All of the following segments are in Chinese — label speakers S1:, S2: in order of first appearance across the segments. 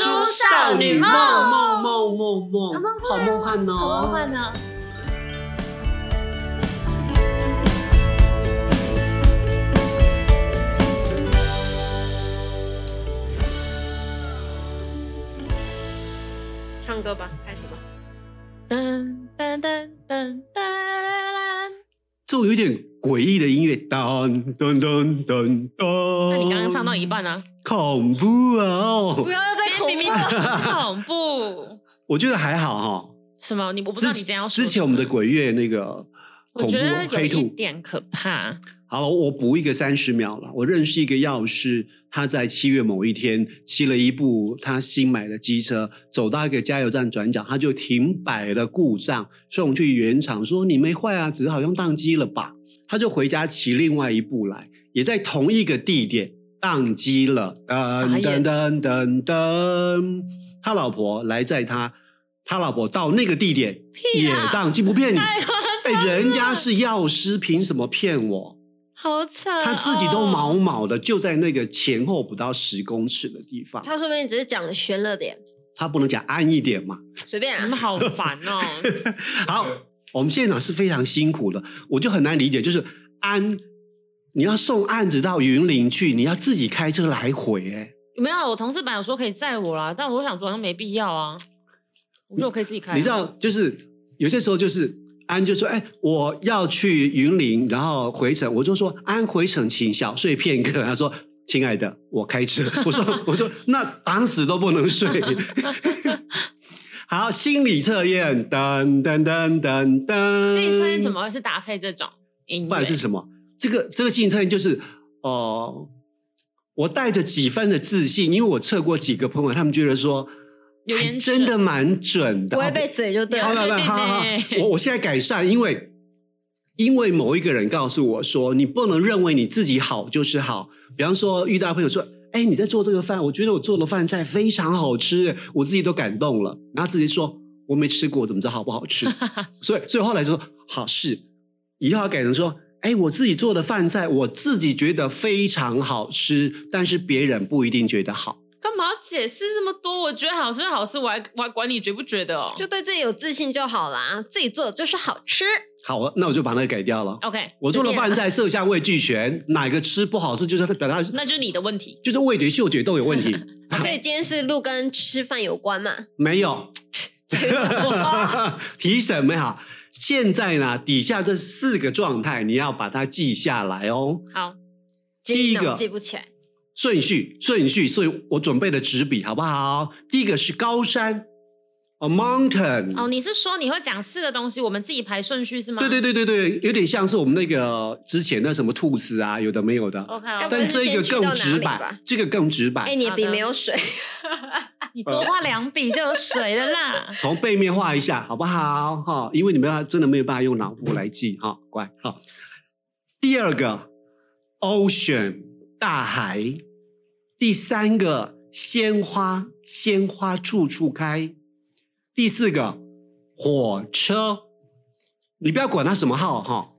S1: 少女梦
S2: 梦梦梦梦
S1: 啊梦，
S2: 好梦幻
S1: 好梦
S2: 哦！
S1: 幻呢？
S3: 唱歌吧，开始吧。
S1: 噔噔噔噔噔。
S2: 这有点诡异的音乐，噔噔噔噔噔。
S1: 那你刚刚唱到一半啊？
S2: 恐怖哦！
S1: 要再
S3: 恐怖
S1: 恐怖。
S2: 我觉得还好哈。
S1: 什么？你我不知
S2: 之
S1: 道你这样要说什
S2: 之
S1: 么。
S2: 前我们的鬼月那个
S1: 我
S2: 恐怖
S1: 觉得有
S2: 黑
S1: 一
S2: 兔，
S1: 点可怕。
S2: 好了，我补一个三十秒了。我认识一个药师，他在七月某一天骑了一部他新买的机车，走到一个加油站转角，他就停摆了故障，送去原厂说你没坏啊，只是好像宕机了吧。他就回家骑另外一部来，也在同一个地点宕机了。
S1: 傻
S2: 噔
S1: 眼
S2: 噔噔噔噔，他老婆来载他，他老婆到那个地点
S1: 屁
S2: 也
S1: 啊
S2: 宕机，不骗你。
S1: 太夸
S2: 哎
S1: 张了，，
S2: 人家是药师，凭什么骗我？
S1: 好惨 哦，
S2: 他自己都毛毛的，就在那个前后不到十公尺的地方，
S3: 他说不定只是讲的悬了点，
S2: 他不能讲暗一点嘛。
S3: 随便
S1: 你
S3: 啊
S1: 们。好烦哦！
S2: 好，我们现场是非常辛苦的，我就很难理解，就是安，你要送案子到云林去，你要自己开车来回、哎，
S1: 没有，啊我同事本来有说可以载我啦，但我想说好像没必要啊。我说我可以自
S3: 嗯
S1: 己开啊，
S2: 你知道，就是有些时候就是。安就说：“哎、我要去云林，然后回程。”我就说：“安回程请小睡片刻。”他说：“亲爱的，我开车。” 我说：“我说那打死都不能睡。”好，心理测验，噔噔噔噔噔。
S1: 所以车间怎？么会是搭配这种音
S2: 不
S1: 乐
S2: 然？是什么？这个这个心理测验就是哦、我带着几分的自信，因为我测过几个朋友，他们觉得说
S1: 有点
S2: 还真的
S1: 准
S2: 蛮准的，
S3: 不会
S2: 哦
S3: 被嘴就对
S1: 好
S3: 了。
S2: 好了，好好好，我我现在改善，因为因为某一个人告诉我说，你不能认为你自己好就是好。比方说，遇到朋友说，哎，你在做这个饭，我觉得我做的饭菜非常好吃，我自己都感动了，然后自己说我没吃过，我怎么知道好不好吃？ 所以，所以后来就说好是，以后要改成说。哎，我自己做的饭菜，我自己觉得非常好吃，但是别人不一定觉得好。
S1: 干嘛要解释这么多？我觉得好吃好吃，我还我还管你觉不觉得哦？
S3: 就对自己有自信就好啦，自己做的就是好吃。
S2: 好，那我就把那个改掉了。
S1: OK，
S2: 我做的
S3: 随便啊
S2: 饭菜色香味俱全，哪个吃不好吃就是它表达
S1: 那就是你的问题。
S2: 就是味觉、嗅觉都 有问题。
S3: 所以今天是录跟吃饭有关 嘛？
S2: 没有，
S3: 哇
S2: 提审没好。现在呢，底下这四个状态你要把它记下来哦，
S1: 好，
S2: 第一个
S3: 记脑记不起来，
S2: 顺序顺序。所以我准备了纸笔，好不好？第一个是高山，a mountain。
S1: 哦，你是说你会讲四个东西，我们自己排顺序是吗？
S3: Oh,
S2: 对对对对对，有点像是我们那个之前的什么兔子啊，有的没有的。
S1: ，OK，
S3: 要不
S2: 但
S3: 然
S2: 这
S3: 是
S2: 个
S3: 先去到
S2: 更
S3: 哪
S2: 直
S3: 里
S2: 白
S3: 吧，
S2: 这个更直白
S3: 哎，。你的
S1: 好
S3: 笔
S1: 的
S3: 没有水，
S1: 你多画两笔就有水了 啦。
S2: 从背面画一下，好不好？哈、因为你们要真的没有办法用脑部来记，哈、乖，好、第二个，ocean 大海，第三个鲜花，鲜花处处开，第四个火车，你不要管它什么号哈、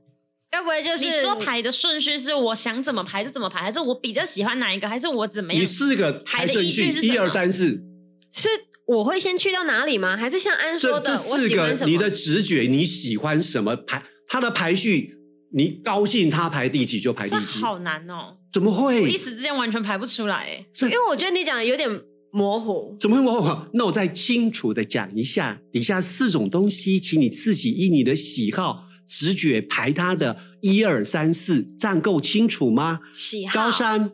S3: 该不会就
S1: 你
S3: 是
S1: 说排的顺序是我想怎么排就怎么排，还是我比较喜欢哪一个，还是我怎么样
S2: 你？四个
S1: 排
S2: 排
S1: 的
S2: 顺
S1: 依
S2: 序
S1: 据是，
S2: 一
S1: 什么
S2: 二三四，
S3: 是我会先去到哪里吗？还是像安
S2: 这
S3: 说的，
S2: 这
S3: 我
S2: 四
S3: 喜欢
S2: 个
S3: 什么？
S2: 你的直觉你喜欢什么排？它的排序，你高兴它排第几就排
S1: 这
S2: 第几。
S1: 好难哦，
S2: 怎么
S1: 我一
S2: 会？
S1: 时之间完全排不出来哎。
S2: 这
S3: 因为我觉得你讲的有点模糊，
S2: 怎么会我我？那我再清楚的讲一下，底下四种东西，请你自己依你的喜好、直觉排它的一二三四，这样够清楚吗？
S3: 喜好
S2: 高山、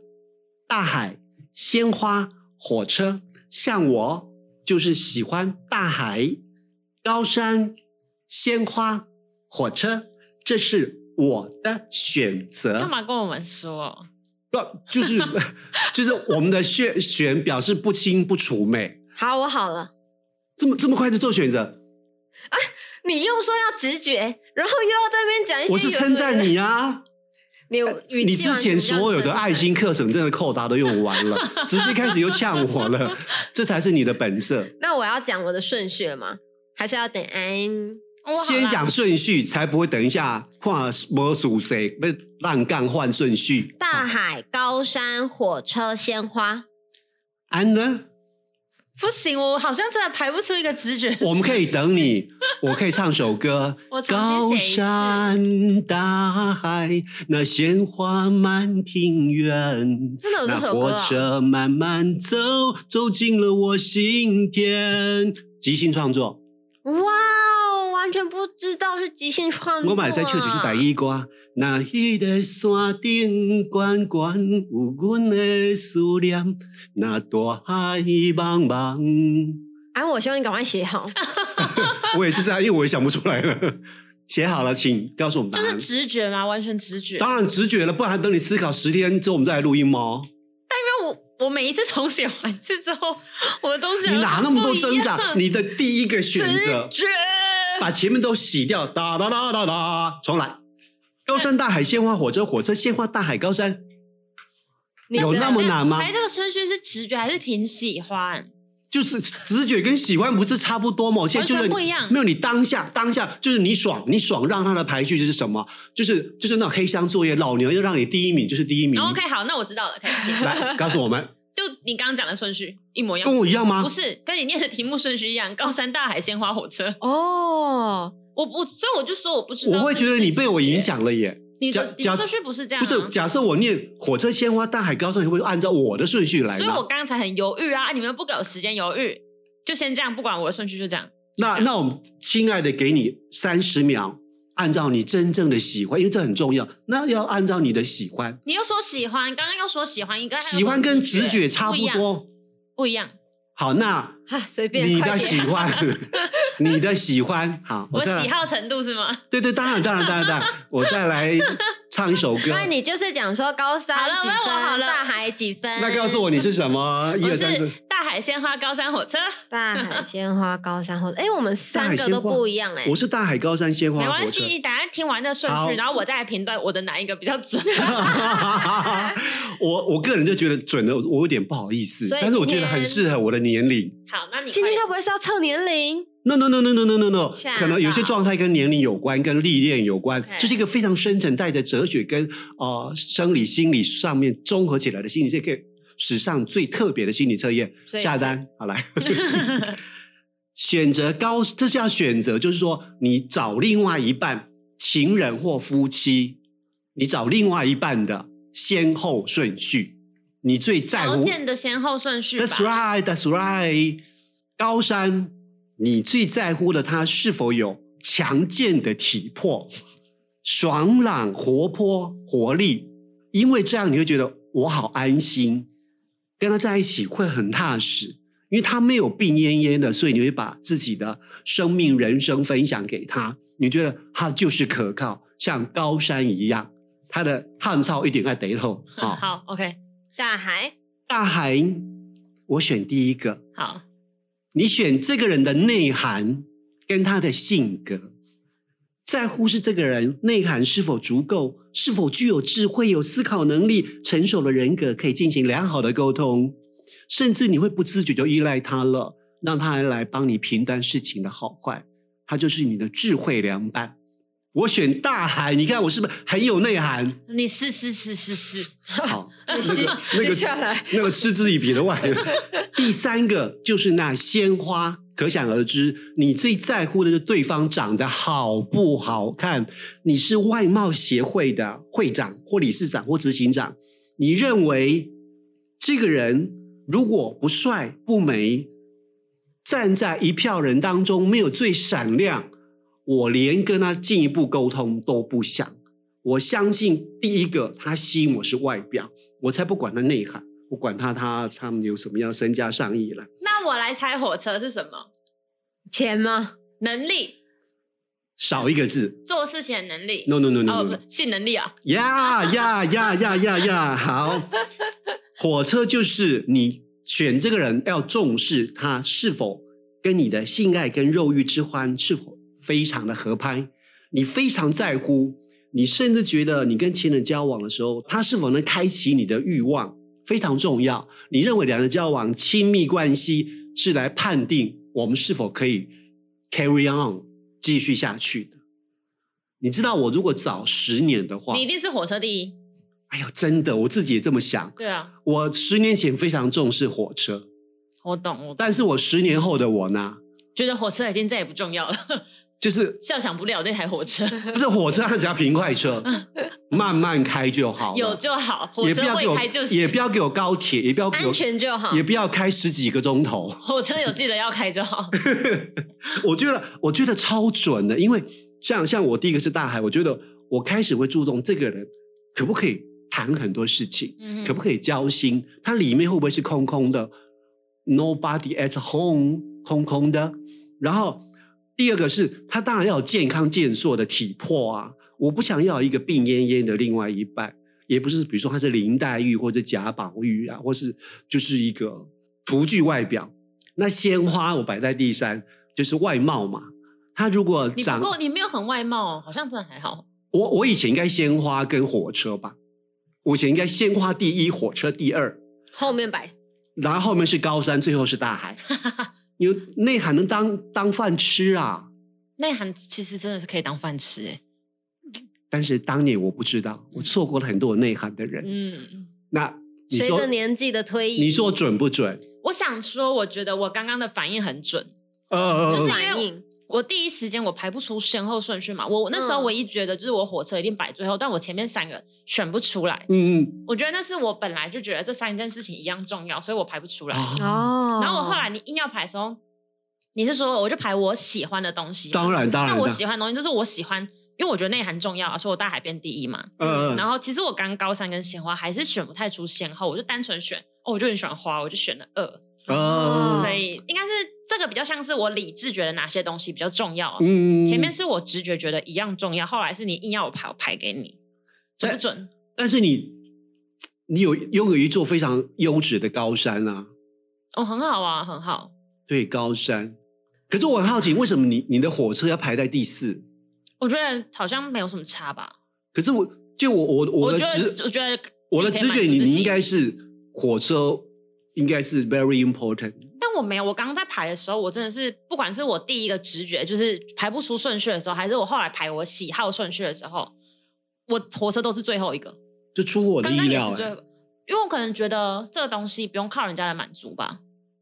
S2: 大海、鲜花、火车。像我就是喜欢大海、高山、鲜花、火车，这是我的选择。
S1: 干嘛跟我们说？
S2: 不， 就是就是我们的选选表示不清不楚美，
S3: 好，我好了。
S2: 这么这么快就做选择，
S3: 你又说要直觉，然后又要在那边讲一些，
S2: 我是称赞，你啊！
S3: 你语
S2: 你
S3: 气
S2: 之
S3: 完全
S2: 前
S3: 不像
S2: 所有
S3: 称
S2: 的
S3: 赞
S2: 爱心课程真的扣答都用完 了，直接开始又呛我了，这才是你的本色。
S3: 那我要讲我的顺序了吗？还是要等安？
S1: 我好
S2: 先
S1: 啦
S2: 讲顺序，才不会等一下跨魔属谁被烂杠换顺序。
S3: 大海、高山、火车、鲜花。
S2: 安呢？
S1: 不行，我好像真的排不出一个直觉。
S2: 我们可以等你，我可以唱首歌
S1: 我。重
S2: 高
S1: 新写一次
S2: 山大海，那鲜花满庭院，
S3: 真的有这首歌
S2: 那
S3: 啊
S2: 火车慢慢走，走进了我心田。即兴创作，
S3: 哇哦，完全不知道是即兴创作、啊。
S2: 我买在 c 就是台语歌。那迄个山顶悬悬有阮的思念，那大海茫茫。
S3: 哎，我希望你赶快写 好。
S2: 我也是这样，因为我也想不出来了。 写好了，请告诉我们答
S1: 就
S2: 案。
S1: 是直觉嘛，完全直觉。
S2: 当然直觉了，不然等你思考十天之后，我们再来录音哦吗？
S1: 因为我我每一次重写完一次之后，我的东西
S2: 你哪那么多挣
S1: 不一
S2: 扎？
S1: 样
S2: 你的第一个选择
S1: 直，觉
S2: 把前面都洗掉，哒哒哒哒哒，重来。高山大海，鲜花火车，火车鲜花，大海高山，
S1: 你
S2: 有那么难吗
S1: 哎，这个顺序是直觉还是挺喜欢？
S2: 就是直觉跟喜欢不是差不多吗？现在就是
S1: 完全不一样
S2: 没有你当下，当下就是你爽，你爽让他的排序就是什么？就是就是那种黑箱作业，老牛要让你第一名就是第一名。
S1: 然后哦 OK，好，那我知道了，可以写。
S2: 来告诉我 们，
S1: 就你刚刚讲的顺序一模一样
S2: 跟，我一啊样吗
S1: 不？是跟你念的题目顺序一样，高山大海鲜花火车。
S3: 哦，
S1: 我我所以我就说我不知道，
S2: 我会觉得你被我影，响了耶。
S1: 你
S2: 假
S1: 的你
S2: 假
S1: 的顺序不是这样、
S2: 不
S1: 啊，
S2: 是，假设我念火车、鲜花、大海、高山，你会按照我的顺序来
S1: 所以我
S2: 吗？
S1: 刚刚才很犹豫啊，你们不给我时间犹豫，就先这样，不管我的顺序就这样。
S2: 那那我们亲爱的，给你三十秒，按照你真正的喜欢，因为这很重要。那要按照你的喜欢，
S1: 你又说喜欢，刚刚又说喜欢，你刚才又说
S2: 喜欢跟直觉差不
S1: 一样，
S2: 多。
S1: 不一样。
S2: 好，那
S3: 哈，啊随便，
S2: 你
S3: 快
S2: 的
S3: 点
S2: 喜欢， 你的喜欢，好，
S1: 我
S2: 再
S1: 喜
S2: 来，
S1: 好程度是吗？
S2: 对对，当然当然当然当然，我再来唱一首歌。
S3: 那你就是讲说高
S1: 好
S3: 三
S1: 了
S3: 几
S1: 那我
S3: 分，
S1: 好了
S3: 大海几分？
S2: 那告诉我你是什么？一
S1: 我
S2: 二三
S1: 是
S2: 四，
S1: 大海鲜花高山火车，
S3: 大海鲜花、高山或者哎，我们
S2: 大
S3: 三
S2: 海
S3: 个
S2: 鲜
S3: 都
S2: 花
S3: 不一样哎、
S2: 我是大海高山鲜花
S1: 没
S2: 火
S1: 关
S2: 车
S1: 系，。你等一下听完那顺
S2: 好
S1: 序，然后我再来评断我的哪一个比 较准。
S2: 我我个人就觉得准的，我有点不好意思，
S3: 所以
S2: 但是我
S3: 今天
S2: 觉得很适合我的年龄。
S1: 好，那你
S3: 今天
S1: 快
S3: 该不会是要测年龄？
S2: No no no no no no no no，
S3: 吓到
S2: 可能有些状态跟年龄有关，跟历练有关
S1: OK，
S2: 这是一个非常深层带着哲学跟呃生理、心理上面综合起来的心理这个史上最特别的心理测验。
S3: 所以
S2: 下
S3: 是
S2: 单，好来。 选择高，这是要选择，就是说你找另外一半，情人或夫妻，你找另外一半的先后顺序，你最在
S1: 条
S2: 乎。
S1: 件的先后顺序吧。
S2: That's right, that's right。高山，你最在乎的他是否有强健的体魄、爽朗、活泼、活力？因为这样你会觉得我好安心，跟他在一起会很踏实，因为他没有病恹恹的，所以你会把自己的生命、人生分享给他。你觉得他就是可靠，像高山一样，他的汗臭一点爱得透啊。
S1: 好，OK，
S3: 大海
S2: 大海，我选第一个。
S1: 好，
S2: 你选这个人的内涵跟他的性格，在乎是这个人内涵是否足够，是否具有智慧、有思考能力、成熟的人格，可以进行良好的沟通，甚至你会不自觉就依赖他了，让他来帮你评断事情的好坏，他就是你的智慧良伴。我选大海，你看我是不是很有内 涵？
S1: 你是是是是是，
S2: 好，那
S3: 继
S2: 个
S3: 续
S2: 那
S3: 接
S2: 个
S3: 下来
S2: 那个嗤之以鼻的外人。 第三个就是那鲜花，可想而知，你最在乎的是对方长得好不好看。你是外貌协会的会长或理事长或执行长，你认为这个人如果不帅不美，站在一票人当中没有最闪亮，我连跟他进一步沟通都不想。我相信第一个他吸引我是外表，我才不管他内涵，我管他他他们有什么样的身家上亿了。
S1: 那我来猜火车是什么？
S3: 钱吗？
S1: 能力，
S2: 少一个字
S1: 做事情的能力。
S2: ，no no no no
S1: 哦，
S2: no，
S1: 不，性能力啊，
S2: 呀呀呀呀呀呀！好，火车就是你选这个人要重视他是否跟你的性爱跟肉欲之欢是否非常的合拍，你非常在乎，你甚至觉得你跟情人交往的时候，他是否能开启你的欲望非常重要。你认为两人交往亲密关系是来判定我们是否可以 carry on 继续下去的。你知道我如果早十年的话，
S1: 你一定是火车第一。
S2: 哎呦，真的，我自己也这么想。
S1: 对啊，
S2: 我十年前非常重视火车，
S1: 我懂，我懂
S2: 但是我十年后的我呢，
S1: 觉得火车已经再也不重要了，
S2: 就是
S1: 笑想不了那台火车，
S2: 不是火车，它只要平快车，慢慢开就好了
S1: 有就好，火
S2: 也不
S1: 车
S2: 要给
S1: 会
S2: 我
S1: 开就，行，
S2: 也不要给我高铁，也不要给我
S3: 安，全就好。
S2: 也不要开十几个钟头。
S1: 火车有记得要开就好。
S2: 我觉得，我觉得超准的，因为像像我第一个是大海，我觉得我开始会注重这个人可不可以谈很多事情，
S1: 嗯
S2: 可不可以交心，他里面会不会是空空的，nobody at home，空空的。然后第二个是他当然要有健康健硕的体魄啊，我不想要一个病恹恹的另外一半，也不是比如说他是林黛玉或者贾宝玉啊，或是就是一个徒具外表。那鲜花我摆在第三，就是外貌嘛。他如果
S1: 你不
S2: 长，
S1: 够，你没有很外貌、哦，好像真的还好。
S2: 我我以前应该鲜花跟火车吧，我以前应该鲜花第一，火车第二，
S3: 后面摆
S2: 然后后面是高山，最后是大 海。有内涵能当当饭吃啊，
S1: 内涵其实真的是可以当饭吃，哎，
S2: 但是当年我不知道，我错过了很多有内涵的人。
S1: 嗯，
S2: 那你
S3: 随
S2: 说
S3: 着年纪的推移，
S2: 你说准不准？
S1: 我想说，我觉得我刚刚的反应很准。
S2: 呃，
S1: 就是因为
S3: 反应
S1: 我第一时间我排不出先后顺序嘛，我我那时候
S3: 嗯
S1: 唯一觉得就是我火车一定摆最后，但我前面三个选不出来。
S2: 嗯
S1: 我觉得那是我本来就觉得这三件事情一样重要，所以我排不出来。
S2: 啊，
S3: 哦。
S1: 然后我后来你硬要排的时候，你是说我就排我喜欢的东西嘛，
S2: 当然当然
S1: 那
S2: 的，
S1: 我喜欢的东西就是我喜欢，因为我觉得内涵重要啊，所以我大海变第一嘛。
S2: 呃，
S1: 然后其实我刚高三跟鲜花还是选不太出先后，我就单纯选哦，我就很喜欢花，我就选了二，
S2: 呃
S1: 所以应该是这个比较像是我理智觉得哪些东西比较重要啊、
S2: 嗯
S1: 前面是我直觉觉得一样重要，后来是你硬要我排，我排给你，准不准？
S2: 但是你你有拥有一座非常优质的高山啊，
S1: 哦，很好啊，很好。
S2: 对高山。可是我很好奇，为什么你你的火车要排在第四？
S1: 我觉得好像没有什么差吧。
S2: 可是我就我我我的
S1: 觉得，
S2: 直
S1: 我觉得，
S2: 我的直觉，你你应该
S1: 是，
S2: 是火车，应该是 very important。
S1: 但我没有。我刚刚在排的时候，我真的是，不管是我第一个直觉就是排不出顺序的时候，还是我后来排我喜好顺序的时候，我火车都是最后一个。
S2: 就出乎我的
S1: 刚
S2: 意
S1: 刚也
S2: 料、
S1: 是最后一
S2: 欸。
S1: 个，因为我可能觉得这个东西不用靠人家来满足吧。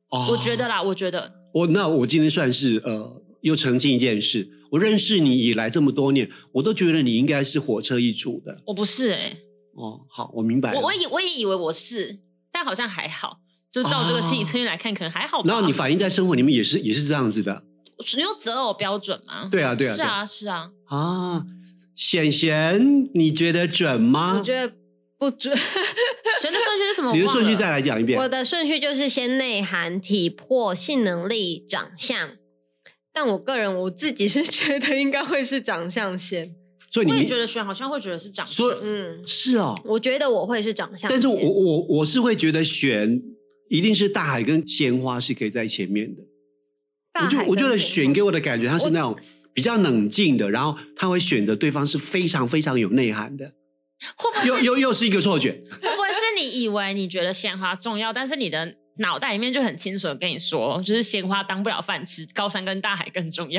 S2: 哦
S1: 我觉得啦，我觉得
S2: 我那我今天算是呃，又澄清一件事。我认识你以来这么多年，我都觉得你应该是火车一族的。
S1: 我不是哎、
S2: 哦，好，我明白了。
S1: 我我以我也以为我是，但好像还好。就照这个心理测验来看，可能还好吧。
S2: 哦然后你反映在生活里面也是也是这样子的
S1: 你用择偶标准吗？
S2: 对啊对啊
S1: 是啊，是啊。
S2: 啊。显贤，你觉得准吗？
S3: 我觉得不准，
S2: 啊
S1: 选的顺序是什 么？
S2: 你的
S1: 我忘了
S2: 顺序再来讲一遍。
S3: 我的顺序就是先内涵、体魄、性能力、长相。但我个人我自己是觉得应该会是长相先，
S2: 所以
S1: 我也
S2: 你
S1: 觉得选好像会觉得是长相
S2: 所，以
S3: 嗯，
S2: 是哦，
S3: 我觉得我会是长相先。
S2: 但是我我我是会觉得选一定是大海跟鲜花是可以在前面的。
S3: 大
S2: 我就
S3: 海
S2: 我觉
S3: 跟
S2: 得
S3: 田
S2: 选给我的感觉，他是
S3: 我
S2: 那种比较冷静的，然后他会选择对方是非常非常有内涵的，
S1: 会不会
S2: 又又又是一个错觉。
S1: 会不会是你以为你觉得鲜花重要，但是你的脑袋里面就很清楚的跟你说，就是鲜花当不了饭吃，高山跟大海更重要。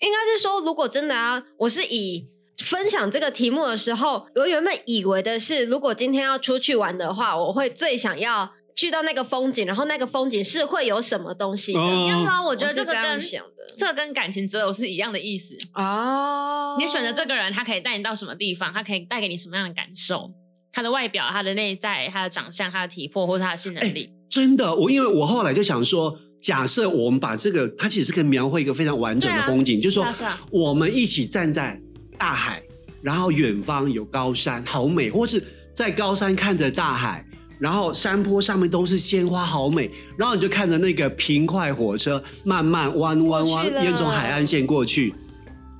S3: 应该是说，如果真的啊，我是以分享这个题目的时候，我原本以为的是，如果今天要出去玩的话，我会最想要去到那个风景，然后那个风景是会有什么东西的。
S2: 哦
S1: 要不然我
S3: 我
S1: 觉得
S3: 是
S1: 这个
S3: 样
S1: 跟
S3: 想的
S1: 这个跟感情择偶是一样的意思。
S3: 嗯哦
S1: 你选择这个人，他可以带你到什么地方？他可以带给你什么样的感受？他的外表、他的内在、他的长相、他的体魄，或是他的性能力。
S2: 真的，我因为我后来就想说，假设我们把这个，它其实可以描绘一个非常完整的
S1: 对啊
S2: 风景，就是说
S1: 啊是啊
S2: 我们一起站在大海，然后远方有高山，好美，或是在高山看着大海。然后山坡上面都是鲜花，好美。然后你就看着那个平快火车慢慢弯弯
S3: 过去了
S2: 弯，沿着海岸线过去。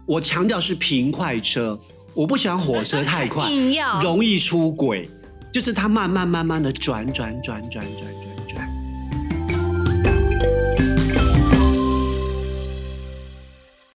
S2: 我强调是平快车，我不喜欢火车太快，
S3: 硬要
S2: 容易出轨。就是它慢慢慢慢的转转转转转转，